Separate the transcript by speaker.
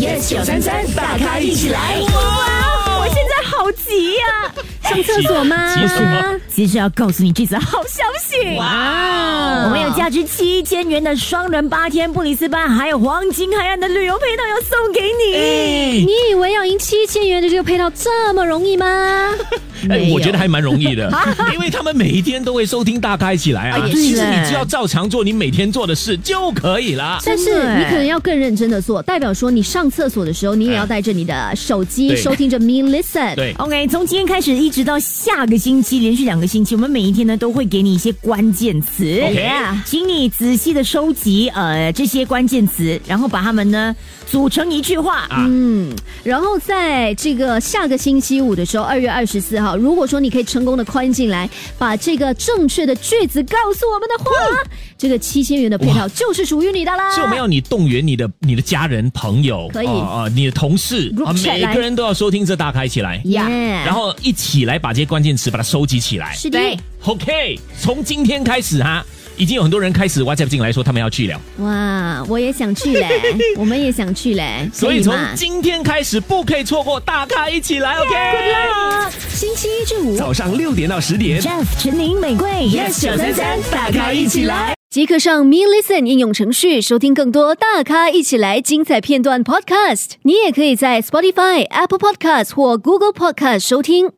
Speaker 1: yes 九三三，大咖一起来！
Speaker 2: 哇，我现在好急呀、 上厕所吗？
Speaker 3: 急急什么
Speaker 2: 急着要告诉你这则好消息！
Speaker 3: 哦
Speaker 2: 哇，
Speaker 4: 哦
Speaker 2: 我们有价值七千元的双人八天布里斯班，还有黄金海岸的旅游配套要送给你。
Speaker 3: 哎
Speaker 4: 你以为要赢七千元的这个配套这么容易吗？
Speaker 3: 哎，我觉得还蛮容易 的，
Speaker 4: 啊
Speaker 3: 因为他们每一天都会收听大咖一起来啊。
Speaker 2: 哎
Speaker 3: 其实
Speaker 2: 对
Speaker 3: 你只要照常做你每天做的事就可以了。
Speaker 4: 但是啊
Speaker 2: 真的哎
Speaker 4: 你可能要更认真的做，代表说你上厕所的时候，你也要带着你的手机
Speaker 3: 对
Speaker 4: 收听着 Me Listen。
Speaker 1: 哎
Speaker 3: 对
Speaker 2: OK，从今天开始一直到下个星期，连续两个星期，我们每一天呢都会给你一些关键词
Speaker 3: OK
Speaker 2: 请你仔细的收集呃这些关键词，然后把它们呢组成一句话。
Speaker 3: 啊
Speaker 4: 嗯，然后在这个下个星期五的时候，二月二十四号，如果说你可以成功的宽进来，把这个正确的句子告诉我们的话，这个七千元的配套就是属于你的啦。
Speaker 3: 所以我们要你动员你的你的家人、朋友，
Speaker 4: 可以
Speaker 3: 啊、啊你的同事
Speaker 4: Group
Speaker 3: 啊，
Speaker 4: chat
Speaker 3: 每
Speaker 4: 来
Speaker 3: 个人都要收听这大开起来，
Speaker 4: 呀，
Speaker 3: 然后一起来把这些关键词把它收集起来。
Speaker 4: 是的，
Speaker 2: 对
Speaker 3: OK，从今天开始哈，已经有很多人开始 WhatsApp 进来说他们要去了，
Speaker 4: 哇，我也想去 嘞，我们也想去嘞，
Speaker 3: 所以
Speaker 4: 可
Speaker 3: 从
Speaker 4: 嘛
Speaker 3: 今天开始不可以错过大咖一起来。OK，
Speaker 4: 星期一至五
Speaker 3: 早上六点到十点
Speaker 2: Jeff、陈宁、玫瑰
Speaker 1: yes 九三三，大咖一起来。
Speaker 4: 即刻上 Me Listen 应用程序收听更多大咖一起来精彩片段 Podcast。你也可以在 Spotify、Apple Podcast 或 Google Podcast 收听。